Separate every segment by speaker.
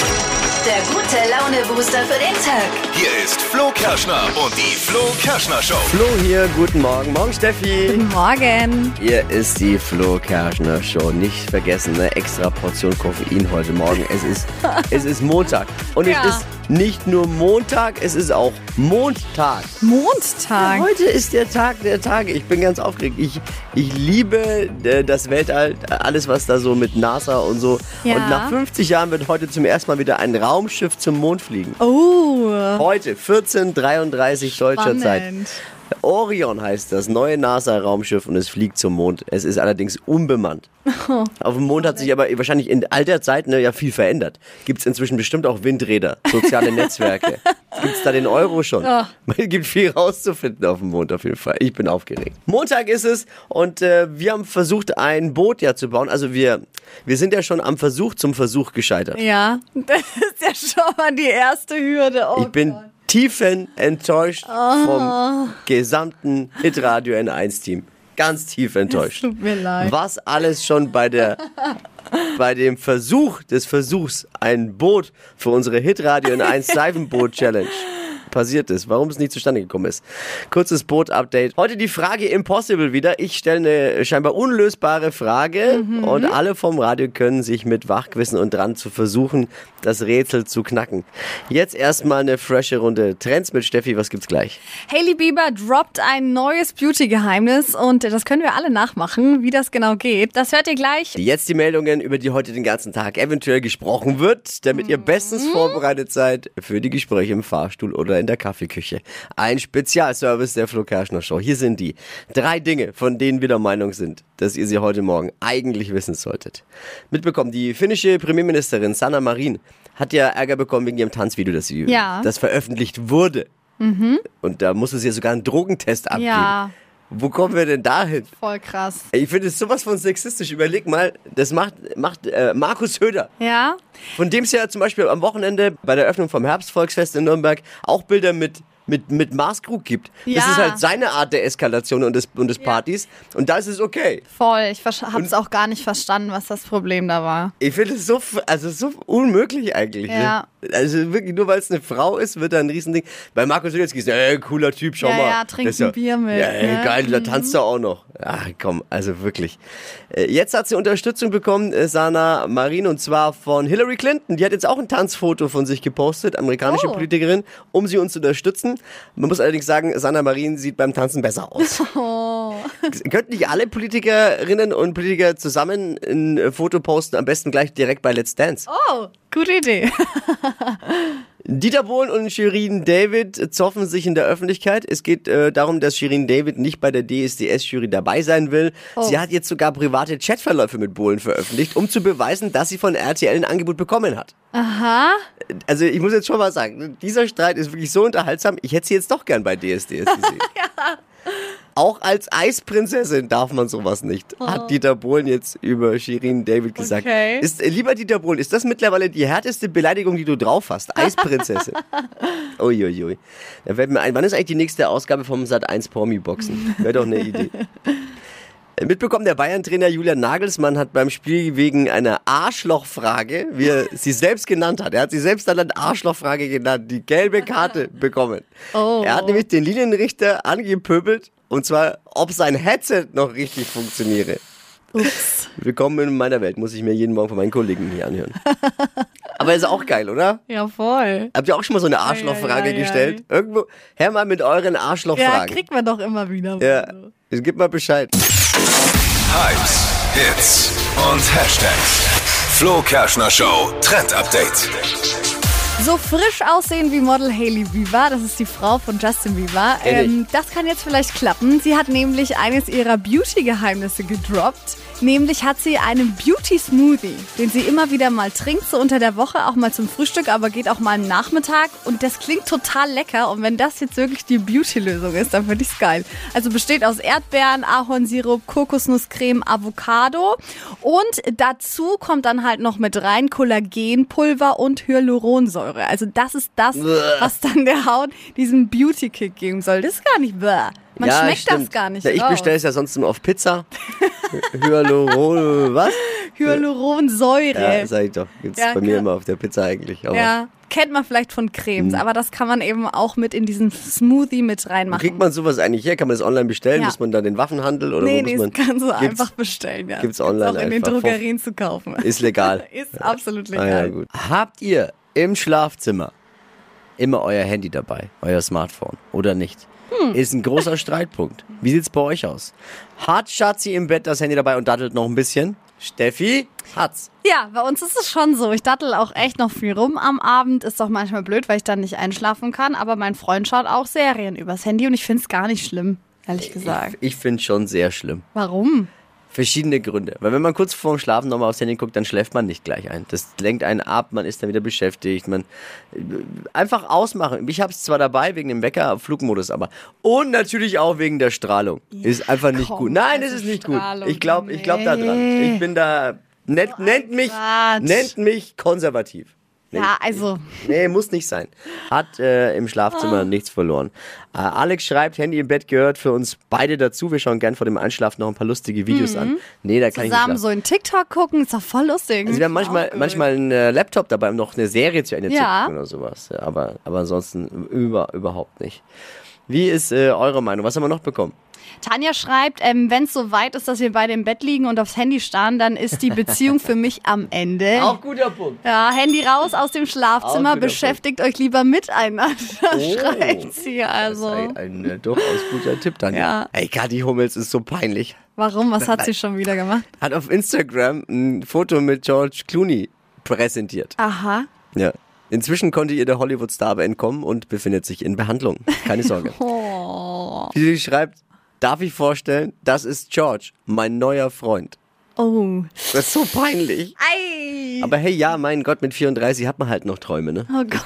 Speaker 1: der gute Laune-Booster für den Tag.
Speaker 2: Hier ist Flo Kerschner und die Flo Kerschner Show.
Speaker 3: Flo hier, guten Morgen. Morgen, Steffi.
Speaker 4: Guten Morgen.
Speaker 3: Hier ist die Flo Kerschner Show. Nicht vergessen, eine extra Portion Koffein heute Morgen. Es ist, es ist Montag. Und
Speaker 4: Ja.
Speaker 3: es ist nicht nur Montag, es ist auch Montag.
Speaker 4: Montag.
Speaker 3: Heute ist der Tag der Tage. Ich bin ganz aufgeregt. Ich, ich liebe äh, das Weltall, alles was da so mit NASA und so.
Speaker 4: Ja.
Speaker 3: Und nach 50 Jahren wird heute zum ersten Mal wieder ein Raumschiff zum Mond fliegen.
Speaker 4: Oh.
Speaker 3: Heute, 14.33 deutscher Zeit.
Speaker 4: Spannend.
Speaker 3: Orion heißt das neue NASA-Raumschiff und es fliegt zum Mond. Es ist allerdings unbemannt. Auf dem Mond hat sich aber wahrscheinlich in alter Zeit ne, ja viel verändert. Gibt es inzwischen bestimmt auch Windräder, soziale Netzwerke. Gibt es da den Euro schon? Es gibt viel rauszufinden auf dem Mond auf jeden Fall. Ich bin aufgeregt. Montag ist es und äh, wir haben versucht, ein Boot ja zu bauen. Also wir, wir sind ja schon am Versuch zum Versuch gescheitert.
Speaker 4: Ja, das ist ja schon mal die erste Hürde. Oh
Speaker 3: Ich bin
Speaker 4: Gott. Ah.
Speaker 3: tiefen enttäuscht vom gesamten Hitradio N1-Team. Ganz tief enttäuscht.
Speaker 4: Tut mir leid.
Speaker 3: Was alles schon bei der bei dem Versuch des Versuchs, ein Boot für unsere Hitradio N1 Seifenboot Challenge passiert ist, warum es nicht zustande gekommen ist. Kurzes Boot-Update. Heute die Frage Impossible wieder. Ich stelle eine scheinbar unlösbare Frage und alle vom Radio können sich mit Wachquissen und dran zu versuchen, das Rätsel zu knacken. Jetzt erstmal eine frische Runde Trends mit Steffi. Was gibt's gleich?
Speaker 4: Hailey Bieber droppt ein neues Beauty-Geheimnis und das können wir alle nachmachen, wie das genau geht. Das hört ihr gleich.
Speaker 3: Jetzt die Meldungen, über die heute den ganzen Tag eventuell gesprochen wird, damit ihr bestens
Speaker 4: Mhm.
Speaker 3: vorbereitet seid für die Gespräche im Fahrstuhl oder in der Kaffeeküche. Ein Spezialservice der Flo Kerschner Show. Hier sind die drei Dinge, von denen wir der Meinung sind, dass ihr sie heute Morgen eigentlich wissen solltet. Mitbekommen, die finnische Premierministerin Sanna Marin hat ja Ärger bekommen wegen ihrem Tanzvideo, das, sie,
Speaker 4: Ja. Mhm.
Speaker 3: das veröffentlicht wurde. Und da musste sie ja sogar einen Drogentest abgeben.
Speaker 4: Ja.
Speaker 3: Wo kommen wir denn dahin?
Speaker 4: Voll krass.
Speaker 3: Ey, Ich finde es sowas von sexistisch. Überleg mal, das macht, macht äh, Markus Höder,
Speaker 4: Ja?
Speaker 3: von dem es ja zum Beispiel am Wochenende bei der Eröffnung vom Herbstvolksfest in Nürnberg auch Bilder mit, mit, mit Maßkrug gibt.
Speaker 4: Ja.
Speaker 3: Das ist halt seine Art der Eskalation und des, und des Partys. Und da ist es okay.
Speaker 4: Voll. Ich vers- hab's auch gar nicht verstanden, was das Problem da war.
Speaker 3: Ich finde es so, f- also so unmöglich eigentlich. ne?
Speaker 4: Ja.
Speaker 3: Also wirklich, nur weil es eine Frau ist, wird da ein Riesending. Bei Markus Höder ist es, ey, äh, cooler Typ, schau
Speaker 4: Ja,
Speaker 3: mal.
Speaker 4: ja, trink
Speaker 3: Das ist
Speaker 4: ein Bier mit,
Speaker 3: Ja, ey,
Speaker 4: ne?
Speaker 3: geil, da tanzt er auch noch. Ach komm, also wirklich. Äh, Jetzt hat sie Unterstützung bekommen, äh, Sana Marin, und zwar von Hillary Clinton. Die hat jetzt auch ein Tanzfoto von sich gepostet, amerikanische
Speaker 4: Oh.
Speaker 3: Politikerin, um sie uns zu unterstützen. Man muss allerdings sagen, Sana Marin sieht beim Tanzen besser aus.
Speaker 4: Oh.
Speaker 3: Könnten nicht alle Politikerinnen und Politiker zusammen ein äh, Foto posten, am besten gleich direkt bei Let's Dance?
Speaker 4: Oh, gute Idee.
Speaker 3: Dieter Bohlen und Shirin David zoffen sich in der Öffentlichkeit. Es geht äh, darum, dass Shirin David nicht bei der DSDS-Jury dabei sein will. Sie hat jetzt sogar private Chatverläufe mit Bohlen veröffentlicht, um zu beweisen, dass sie von RTL ein Angebot bekommen hat.
Speaker 4: Aha.
Speaker 3: Also ich muss jetzt schon mal sagen, dieser Streit ist wirklich so unterhaltsam, ich hätte sie jetzt doch gern bei DSDS gesehen. Auch als Eisprinzessin darf man sowas nicht, hat Dieter Bohlen jetzt über Shirin David gesagt.
Speaker 4: Okay.
Speaker 3: Ist, äh, lieber Dieter Bohlen, ist das mittlerweile die härteste Beleidigung, die du drauf hast? Eisprinzessin. Uiuiui. Da fällt mir ein, wann ist eigentlich die nächste Ausgabe vom Sat1 Promi-Boxen? Wäre doch eine Idee. Mitbekommen, der Bayern-Trainer Julian Nagelsmann hat beim Spiel wegen einer Arschlochfrage, wie er sie selbst genannt hat, er hat sie selbst dann eine Arschlochfrage genannt, die gelbe Karte bekommen.
Speaker 4: Oh.
Speaker 3: Er hat nämlich den Linienrichter angepöbelt, und zwar, ob sein Headset noch richtig funktioniere.
Speaker 4: Ups.
Speaker 3: Willkommen in meiner Welt, muss ich mir jeden Morgen von meinen Kollegen hier anhören. Aber ist auch geil, oder?
Speaker 4: Ja, voll.
Speaker 3: Habt ihr auch schon mal so eine Arschlochfrage
Speaker 4: ja, ja,
Speaker 3: gestellt? Irgendwo, her mal mit euren
Speaker 4: Ja,
Speaker 3: Arschlochfragen.
Speaker 4: kriegt man doch immer wieder.
Speaker 3: Ja, es gibt mal Bescheid.
Speaker 2: Hypes, Hits und Hashtags. Flo Kerschner Show Trend Update.
Speaker 4: So frisch aussehen wie Model Hailey Bieber, das ist die Frau von Justin Bieber,
Speaker 3: Ehrlich?
Speaker 4: ähm, das kann jetzt vielleicht klappen. Sie hat nämlich eines ihrer Beauty-Geheimnisse gedroppt. Nämlich hat sie einen Beauty-Smoothie, den sie immer wieder mal trinkt, so unter der Woche, auch mal zum Frühstück, aber geht auch mal am Nachmittag. Und das klingt total lecker. Und wenn das jetzt wirklich die Beauty-Lösung ist, dann finde ich's geil. Also besteht aus Erdbeeren, Ahornsirup, Kokosnusscreme, Avocado. Und dazu kommt dann halt noch mit rein Kollagenpulver und Hyaluronsäure. Also das ist das,
Speaker 3: Bäh.
Speaker 4: was dann der Haut diesen Beauty-Kick geben soll. Das ist gar nicht bäh. Man
Speaker 3: ja,
Speaker 4: schmeckt das
Speaker 3: stimmt.
Speaker 4: gar nicht
Speaker 3: Na, ich
Speaker 4: raus.
Speaker 3: bestelle es ja sonst immer auf Pizza. Hyaluron, was? Ja,
Speaker 4: Hyaluronsäure.
Speaker 3: sag ich doch. Gibt's
Speaker 4: Ja,
Speaker 3: bei mir
Speaker 4: klar.
Speaker 3: immer auf der Pizza eigentlich. Aber Mhm.
Speaker 4: Ja, kennt man vielleicht von Cremes, aber das kann man eben auch mit in diesen Smoothie mit
Speaker 3: Wo
Speaker 4: reinmachen.
Speaker 3: kriegt man sowas eigentlich her? Kann man das online bestellen?
Speaker 4: Ja.
Speaker 3: Muss man da den Waffenhandel oder
Speaker 4: nee,
Speaker 3: wo muss
Speaker 4: nee,
Speaker 3: man?
Speaker 4: das kannst du
Speaker 3: Gibt's-
Speaker 4: einfach bestellen. Ja.
Speaker 3: gibt's
Speaker 4: Das gibt's
Speaker 3: online
Speaker 4: auch in den
Speaker 3: einfach.
Speaker 4: Drogerien zu kaufen.
Speaker 3: Ist legal.
Speaker 4: Ist absolut
Speaker 3: Ah, ja,
Speaker 4: legal.
Speaker 3: gut. Habt ihr im Schlafzimmer immer euer Handy dabei, euer Smartphone oder nicht?
Speaker 4: Hm.
Speaker 3: Ist ein großer Streitpunkt. Wie sieht's bei euch aus? Hat Schatzi im Bett das Handy dabei und dattelt noch ein bisschen? Steffi hat's.
Speaker 4: Ja, bei uns ist es schon so. Ich dattel auch echt noch viel rum am Abend. Ist doch manchmal blöd, weil ich dann nicht einschlafen kann. Aber mein Freund schaut auch Serien übers Handy und ich find's gar nicht schlimm, ehrlich gesagt.
Speaker 3: Ich find's schon sehr schlimm.
Speaker 4: Warum?
Speaker 3: Verschiedene Gründe. Weil wenn man kurz vorm Schlafen nochmal aufs Handy guckt, dann schläft man nicht gleich ein. Das lenkt einen ab, man ist dann wieder beschäftigt. Man äh, einfach ausmachen. Ich habe es zwar dabei wegen dem Wecker, Flugmodus, aber und natürlich auch wegen der Strahlung. ist einfach nicht
Speaker 4: komm,
Speaker 3: gut. Nein,
Speaker 4: also
Speaker 3: es ist nicht
Speaker 4: Strahlung,
Speaker 3: gut. Ich glaube, ich glaube da dran.
Speaker 4: nee. Oh,
Speaker 3: Ich bin da nennt, nennt mich
Speaker 4: Quatsch.
Speaker 3: nennt mich konservativ.
Speaker 4: Ja, also,
Speaker 3: Nee, muss nicht sein. Hat äh, im
Speaker 4: Ah.
Speaker 3: Schlafzimmer nichts verloren. Äh, Alex schreibt, Handy im Bett gehört für uns beide dazu. Wir schauen gern vor dem Einschlafen noch ein paar lustige Videos an. Nee, da kann
Speaker 4: Mhm. zusammen
Speaker 3: ich
Speaker 4: so
Speaker 3: nicht. schlafen.
Speaker 4: in TikTok gucken, ist doch voll lustig.
Speaker 3: Also wir haben manchmal, manchmal einen äh, Laptop dabei, um noch eine Serie zu Ende
Speaker 4: Ja.
Speaker 3: zu gucken oder sowas. Ja, aber, aber ansonsten über, überhaupt nicht. Wie ist äh, eure Meinung? Was haben wir noch bekommen?
Speaker 4: Tanja schreibt, ähm, wenn es so weit ist, dass wir beide im Bett liegen und aufs Handy starren, dann ist die Beziehung für mich am Ende.
Speaker 3: guter Punkt.
Speaker 4: ja, Handy raus aus dem Schlafzimmer,
Speaker 3: Auch wieder
Speaker 4: beschäftigt euch lieber miteinander,
Speaker 3: Oh.
Speaker 4: schreibt sie. Also,
Speaker 3: Ein, ein äh, durchaus guter Tipp, Tanja.
Speaker 4: Ja.
Speaker 3: Ey, Kathi Hummels ist so peinlich.
Speaker 4: warum? Was hat sie schon wieder gemacht?
Speaker 3: Hat auf Instagram ein Foto mit George Clooney präsentiert.
Speaker 4: Aha.
Speaker 3: Ja. Inzwischen konnte ihr der Hollywood-Star aber entkommen und befindet sich in Behandlung. Keine Sorge. Oh. Sie schreibt, darf ich vorstellen, das ist George, mein neuer Freund.
Speaker 4: Oh.
Speaker 3: Das ist so peinlich.
Speaker 4: Ei.
Speaker 3: Aber hey, ja, mein Gott, mit 34 hat man halt noch Träume, ne?
Speaker 4: Oh Gott.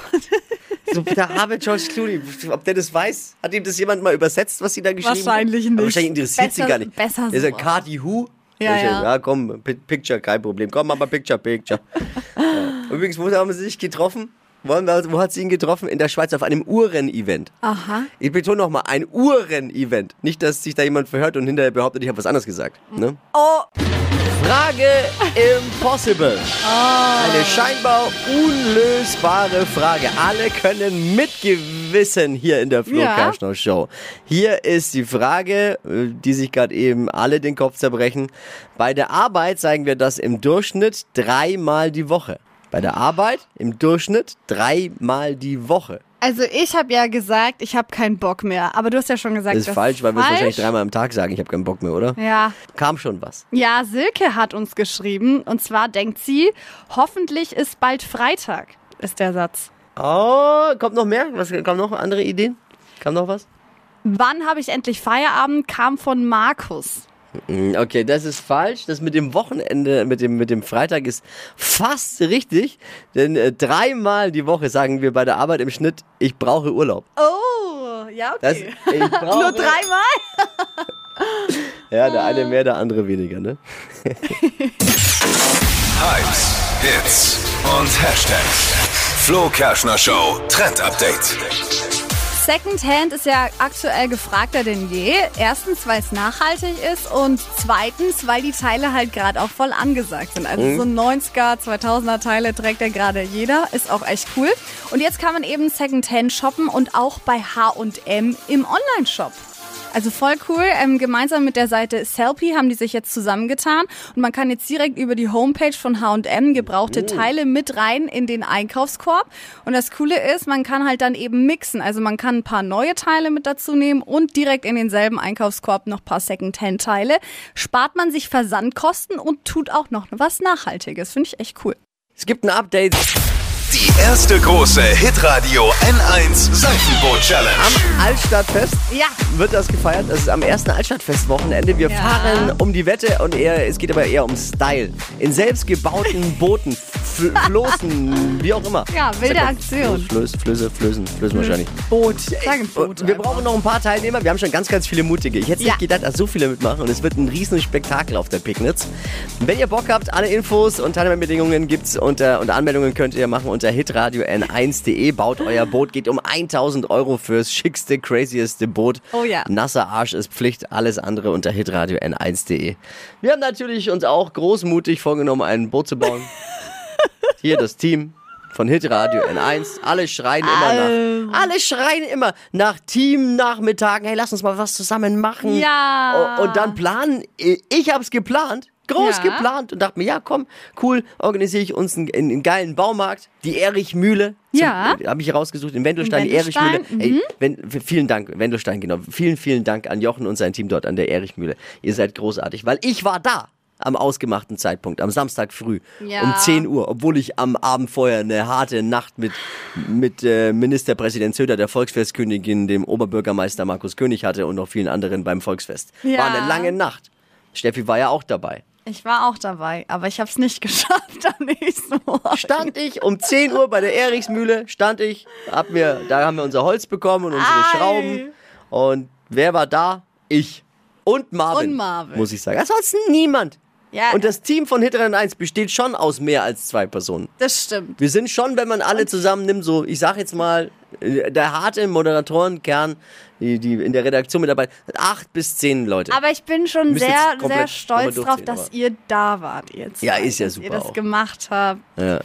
Speaker 3: So, da habe George Clooney, ob der das weiß, hat ihm das jemand mal übersetzt, was sie da geschrieben hat?
Speaker 4: Wahrscheinlich nicht.
Speaker 3: Aber wahrscheinlich interessiert sie
Speaker 4: Besser-
Speaker 3: gar nicht.
Speaker 4: besser
Speaker 3: ist ja
Speaker 4: so.
Speaker 3: Cardi Who?
Speaker 4: Ja,
Speaker 3: Ich-
Speaker 4: ja.
Speaker 3: ja, komm, Pi- Picture, kein Problem. Komm, aber Picture, Picture. ja. Übrigens, wo haben sie sich getroffen? Wo, haben- wo hat sie ihn getroffen? In der Schweiz auf einem Uhren-Event.
Speaker 4: Aha.
Speaker 3: Ich betone nochmal, ein Uhren-Event. Nicht, dass sich da jemand verhört und hinterher behauptet, ich habe was anderes gesagt. Ne?
Speaker 4: Oh.
Speaker 3: Frage Impossible. Eine scheinbar unlösbare Frage. Alle können mitgewissen hier in der Flo
Speaker 4: Ja.
Speaker 3: Kerschner Show. Hier ist die Frage, äh, die sich gerade eben alle den Kopf zerbrechen. Bei der Arbeit zeigen wir das im Durchschnitt dreimal die Woche. Bei der Arbeit im Durchschnitt dreimal die Woche.
Speaker 4: Also ich habe ja gesagt, ich habe keinen Bock mehr. Aber du hast ja schon gesagt,
Speaker 3: Das ist
Speaker 4: das
Speaker 3: falsch, weil wir es
Speaker 4: falsch.
Speaker 3: wahrscheinlich dreimal am Tag sagen. Ich habe keinen Bock mehr, oder?
Speaker 4: Ja,
Speaker 3: Kam schon was.
Speaker 4: Ja, Silke hat uns geschrieben und zwar denkt sie, hoffentlich ist bald Freitag, ist der Satz.
Speaker 3: Oh, kommt noch mehr? Was kommen noch andere Ideen? Kam noch was?
Speaker 4: Wann habe ich endlich Feierabend? kam von Markus.
Speaker 3: Hm, Okay, das ist falsch. Das mit dem Wochenende, mit dem, mit dem Freitag ist fast richtig. Denn äh, dreimal die Woche sagen wir bei der Arbeit im Schnitt, ich brauche Urlaub.
Speaker 4: Oh, ja,
Speaker 3: Das, ich brauche,
Speaker 4: Nur dreimal?
Speaker 3: Ja, der eine mehr, der andere weniger, ne?
Speaker 2: Hypes, Hits und Hashtags. Flo Kerschner Show Trend Update.
Speaker 4: Secondhand ist ja aktuell gefragter denn je. Erstens, weil es nachhaltig ist und zweitens, weil die Teile halt gerade auch voll angesagt sind. Also so 90er, 2000er Teile trägt ja gerade jeder, ist auch echt cool. Und jetzt kann man eben Secondhand shoppen und auch bei H&M im Online-Shop. Also voll cool. Ähm, gemeinsam mit der Seite Selfie haben die sich jetzt zusammengetan und man kann jetzt direkt über die Homepage von H&M gebrauchte Teile mit rein in den Einkaufskorb. Und das Coole ist, man kann halt dann eben mixen. Also man kann ein paar neue Teile mit dazu nehmen und direkt in denselben Einkaufskorb noch ein paar Second-Hand-Teile. Spart man sich Versandkosten und tut auch noch was Nachhaltiges. Finde ich echt cool.
Speaker 3: Es gibt ein Update.
Speaker 2: Die erste große Hitradio N1 Seifenboot
Speaker 3: Am
Speaker 2: Challenge.
Speaker 3: Altstadtfest
Speaker 4: Ja.
Speaker 3: wird das gefeiert. Das ist am ersten Altstadtfest-Wochenende. Wir
Speaker 4: Ja.
Speaker 3: fahren um die Wette und eher, es geht aber eher um Style. In selbstgebauten Booten, F- Floßen, wie auch immer.
Speaker 4: Ja, wilde
Speaker 3: Sag mal,
Speaker 4: Aktion.
Speaker 3: Flöß, Flöße, Flößen, Flößen wahrscheinlich.
Speaker 4: Hm. Boot. Sagen Boot.
Speaker 3: Und wir brauchen noch ein paar Teilnehmer. Wir haben schon ganz, ganz viele mutige. Ich hätte
Speaker 4: Ja.
Speaker 3: nicht gedacht, dass so viele mitmachen. Und es wird ein riesen Spektakel auf der Pignitz. Wenn ihr Bock habt, alle Infos und Teilnehmerbedingungen gibt's unter und Anmeldungen könnt ihr machen unter unter hitradio n1.de. Baut euer Boot, geht um 1000 Euro fürs schickste, crazieste Boot.
Speaker 4: Oh ja.
Speaker 3: Nasser Arsch ist Pflicht, alles andere unter hitradio n1.de. Wir haben natürlich uns auch großmutig vorgenommen, ein Boot zu bauen. Hier das Team von Hitradio N1. Alle schreien immer nach. Alle schreien immer nach Team-Nachmittagen. Hey, lass uns mal was zusammen machen.
Speaker 4: Ja.
Speaker 3: O- Und dann planen. Ich hab's geplant. Groß
Speaker 4: Ja.
Speaker 3: geplant und dachte mir, ja komm, cool, organisiere ich uns einen, einen, einen geilen Baumarkt, die Erichmühle. Zum-
Speaker 4: Ja.
Speaker 3: Äh, Habe ich rausgesucht, in Wendelstein,
Speaker 4: In
Speaker 3: die Erichmühle.
Speaker 4: Wendelstein,
Speaker 3: Ey, wenn, vielen Dank, Wendelstein, genau. Vielen, vielen Dank an Jochen und sein Team dort an der Erichmühle. Ihr seid großartig, weil ich war da am ausgemachten Zeitpunkt, am Samstag früh
Speaker 4: Ja.
Speaker 3: um 10 Uhr, obwohl ich am Abend vorher eine harte Nacht mit, mit äh, Ministerpräsident Söder, der Volksfestkönigin, dem Oberbürgermeister Markus König hatte und noch vielen anderen beim Volksfest.
Speaker 4: Ja.
Speaker 3: War eine lange Nacht. Steffi war ja auch dabei.
Speaker 4: Ich war auch dabei, aber ich habe es nicht geschafft am nächsten Morgen.
Speaker 3: Stand ich um 10 Uhr bei der Erichsmühle, stand ich, hab mir, da haben wir unser Holz bekommen und unsere
Speaker 4: Ei.
Speaker 3: Schrauben. Und wer war da? Ich. Und Marvin.
Speaker 4: Und Marvin.
Speaker 3: Muss ich sagen. Ansonsten niemand.
Speaker 4: Ja.
Speaker 3: Und das Team von Hitler 1 besteht schon aus mehr als zwei Personen.
Speaker 4: Das stimmt.
Speaker 3: Wir sind schon, wenn man alle zusammen nimmt, so, ich sag jetzt mal, äh, der harte Moderatorenkern, die, die in der Redaktion mitarbeiten, acht bis zehn Leute.
Speaker 4: Aber ich bin schon
Speaker 3: Müsst jetzt
Speaker 4: sehr, sehr
Speaker 3: komplett
Speaker 4: stolz
Speaker 3: nochmal
Speaker 4: drauf,
Speaker 3: durchziehen,
Speaker 4: dass
Speaker 3: aber-
Speaker 4: ihr da wart jetzt.
Speaker 3: Ja, ist ja
Speaker 4: dass Ihr
Speaker 3: super
Speaker 4: das
Speaker 3: auch.
Speaker 4: gemacht habt.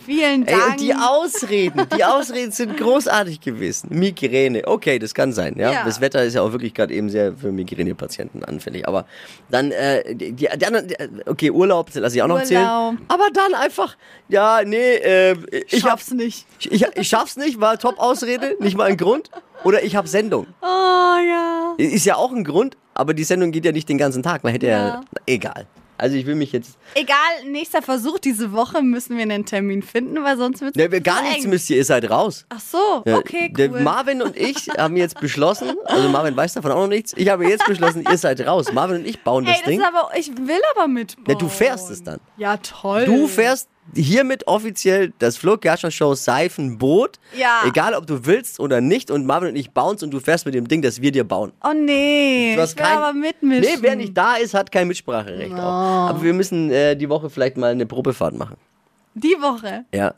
Speaker 4: Vielen
Speaker 3: Ey,
Speaker 4: Dank.
Speaker 3: und die Ausreden, die Ausreden sind großartig gewesen. Migräne, okay, das kann sein, ja.
Speaker 4: Ja.
Speaker 3: Das Wetter ist ja auch wirklich gerade eben sehr für Migränepatienten anfällig. Aber dann, äh, die, die, dann okay, Urlaub lasse ich auch noch
Speaker 4: Urlaub.
Speaker 3: zählen. Aber dann einfach, ja, nee, äh, ich, hab,
Speaker 4: schaff's nicht.
Speaker 3: ich, ich, ich schaff's nicht, war Top-Ausrede, nicht mal ein Grund. Oder ich hab Sendung.
Speaker 4: Oh ja.
Speaker 3: Ist ja auch ein Grund, aber die Sendung geht ja nicht den ganzen Tag. Man hätte ja.
Speaker 4: Ja.
Speaker 3: egal. Also ich will mich jetzt.
Speaker 4: Egal, nächster Versuch diese Woche müssen wir einen Termin finden, weil sonst wird's
Speaker 3: Ne, wir gar
Speaker 4: eng.
Speaker 3: nichts müsst ihr, ihr seid raus.
Speaker 4: Ach so,
Speaker 3: Ja,
Speaker 4: okay,
Speaker 3: der
Speaker 4: cool.
Speaker 3: Marvin und ich haben jetzt beschlossen, also Marvin weiß davon auch noch nichts. Ich habe jetzt beschlossen, ihr seid raus. Marvin und ich bauen
Speaker 4: Ey,
Speaker 3: das
Speaker 4: das
Speaker 3: Ding.
Speaker 4: ist aber, ich will aber mitbauen.
Speaker 3: Ja, du fährst es dann.
Speaker 4: Ja, toll.
Speaker 3: Du fährst hiermit offiziell das Flo Kerschner Show Seifenboot.
Speaker 4: Ja.
Speaker 3: Egal, ob du willst oder nicht. Und Marvin und ich bauen's und du fährst mit dem Ding, das wir dir bauen.
Speaker 4: Oh nee,
Speaker 3: Du hast
Speaker 4: ich will
Speaker 3: kein-
Speaker 4: aber mitmischen. Oh.
Speaker 3: Nee, wer nicht da ist, hat kein Mitspracherecht. Auch. Aber wir müssen äh, die Woche vielleicht mal eine Probefahrt machen.
Speaker 4: Die Woche.
Speaker 3: Ja.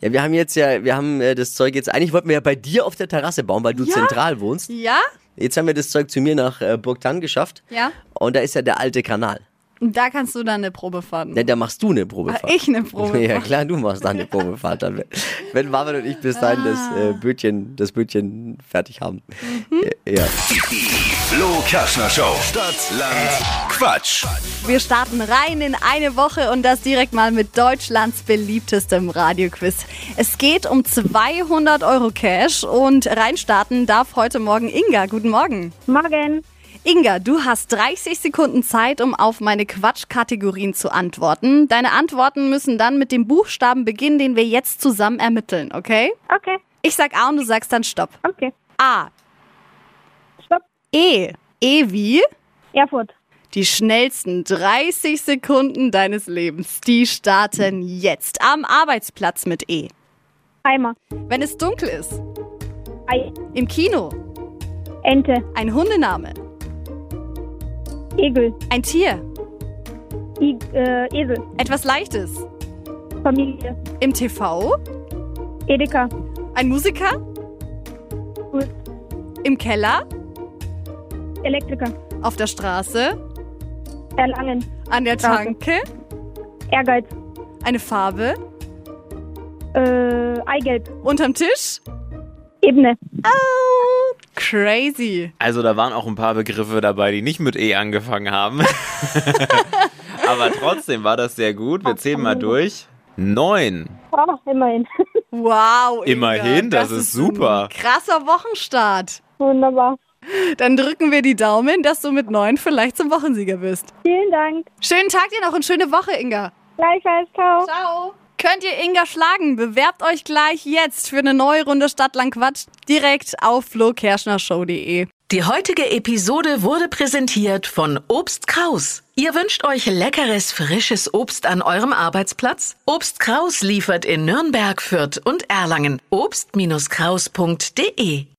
Speaker 3: Ja, wir haben jetzt ja, wir haben äh, das Zeug jetzt, eigentlich wollten wir ja bei dir auf der Terrasse bauen, weil du
Speaker 4: Ja.
Speaker 3: zentral wohnst.
Speaker 4: Ja?
Speaker 3: Jetzt haben wir das Zeug zu mir nach äh, Burgtan geschafft.
Speaker 4: Ja.
Speaker 3: Und da ist ja der alte Kanal.
Speaker 4: Und da kannst du dann eine Probe fahren.
Speaker 3: Ja, da machst du eine Probefahrt.
Speaker 4: Ah, ich eine Probefahrt.
Speaker 3: Ja, klar, du machst dann eine Probefahrt. Dann, wenn Marvin und ich bis dahin
Speaker 4: Ah.
Speaker 3: das, äh, Bötchen, das Bötchen fertig haben.
Speaker 4: Mhm.
Speaker 3: Äh, Ja.
Speaker 2: Flo Kerschner Show. Stadt, Land, Quatsch.
Speaker 4: Wir starten rein in eine Woche und das direkt mal mit Deutschlands beliebtestem Radioquiz. Es geht um 200 Euro Cash und reinstarten darf heute Morgen Inga. Guten Morgen.
Speaker 5: Morgen.
Speaker 4: Inga, du hast 30 Sekunden Zeit, um auf meine Quatschkategorien zu antworten. Deine Antworten müssen dann mit dem Buchstaben beginnen, den wir jetzt zusammen ermitteln, okay?
Speaker 5: Okay,
Speaker 4: Ich sag A und du sagst dann Stopp.
Speaker 5: okay.
Speaker 4: A.
Speaker 5: Stopp.
Speaker 4: E. E wie?
Speaker 5: Erfurt.
Speaker 4: Die schnellsten 30 Sekunden deines Lebens, die starten jetzt am Arbeitsplatz mit E.
Speaker 5: Eimer.
Speaker 4: Wenn es dunkel ist,
Speaker 5: Ei.
Speaker 4: im Kino,
Speaker 5: Ente.
Speaker 4: ein Hundename,
Speaker 5: Egel.
Speaker 4: ein Tier,
Speaker 5: I, äh, Esel.
Speaker 4: etwas Leichtes,
Speaker 5: Familie.
Speaker 4: im TV,
Speaker 5: Edeka.
Speaker 4: ein Musiker,
Speaker 5: Ulf.
Speaker 4: im Keller,
Speaker 5: Elektriker.
Speaker 4: auf der Straße,
Speaker 5: Erlangen.
Speaker 4: an der Tanke,
Speaker 5: Ehrgeiz.
Speaker 4: eine Farbe,
Speaker 5: Äh, Eigelb.
Speaker 4: unterm Tisch.
Speaker 5: Ebene.
Speaker 4: Oh, crazy.
Speaker 6: Also da waren auch ein paar Begriffe dabei, die nicht mit E angefangen haben. Aber trotzdem war das sehr gut. Wir zählen mal durch. Neun.
Speaker 5: Oh, immerhin.
Speaker 4: Wow. Inga,
Speaker 6: Immerhin, das ist super.
Speaker 4: ein Krasser Wochenstart.
Speaker 5: Wunderbar.
Speaker 4: Dann drücken wir die Daumen, dass du mit neun vielleicht zum Wochensieger bist.
Speaker 5: Vielen Dank.
Speaker 4: Schönen Tag dir noch und schöne Woche, Inga.
Speaker 5: Gleichfalls. Ciao.
Speaker 4: Ciao. Könnt ihr Inga schlagen? Bewerbt euch gleich jetzt für eine neue Runde Stadtlang Quatsch direkt auf flokerschnershow.de.
Speaker 7: Die heutige Episode wurde präsentiert von Obst Kraus. Ihr wünscht euch leckeres, frisches Obst an eurem Arbeitsplatz? Obst Kraus liefert in Nürnberg, Fürth und Erlangen. Obst-Kraus.de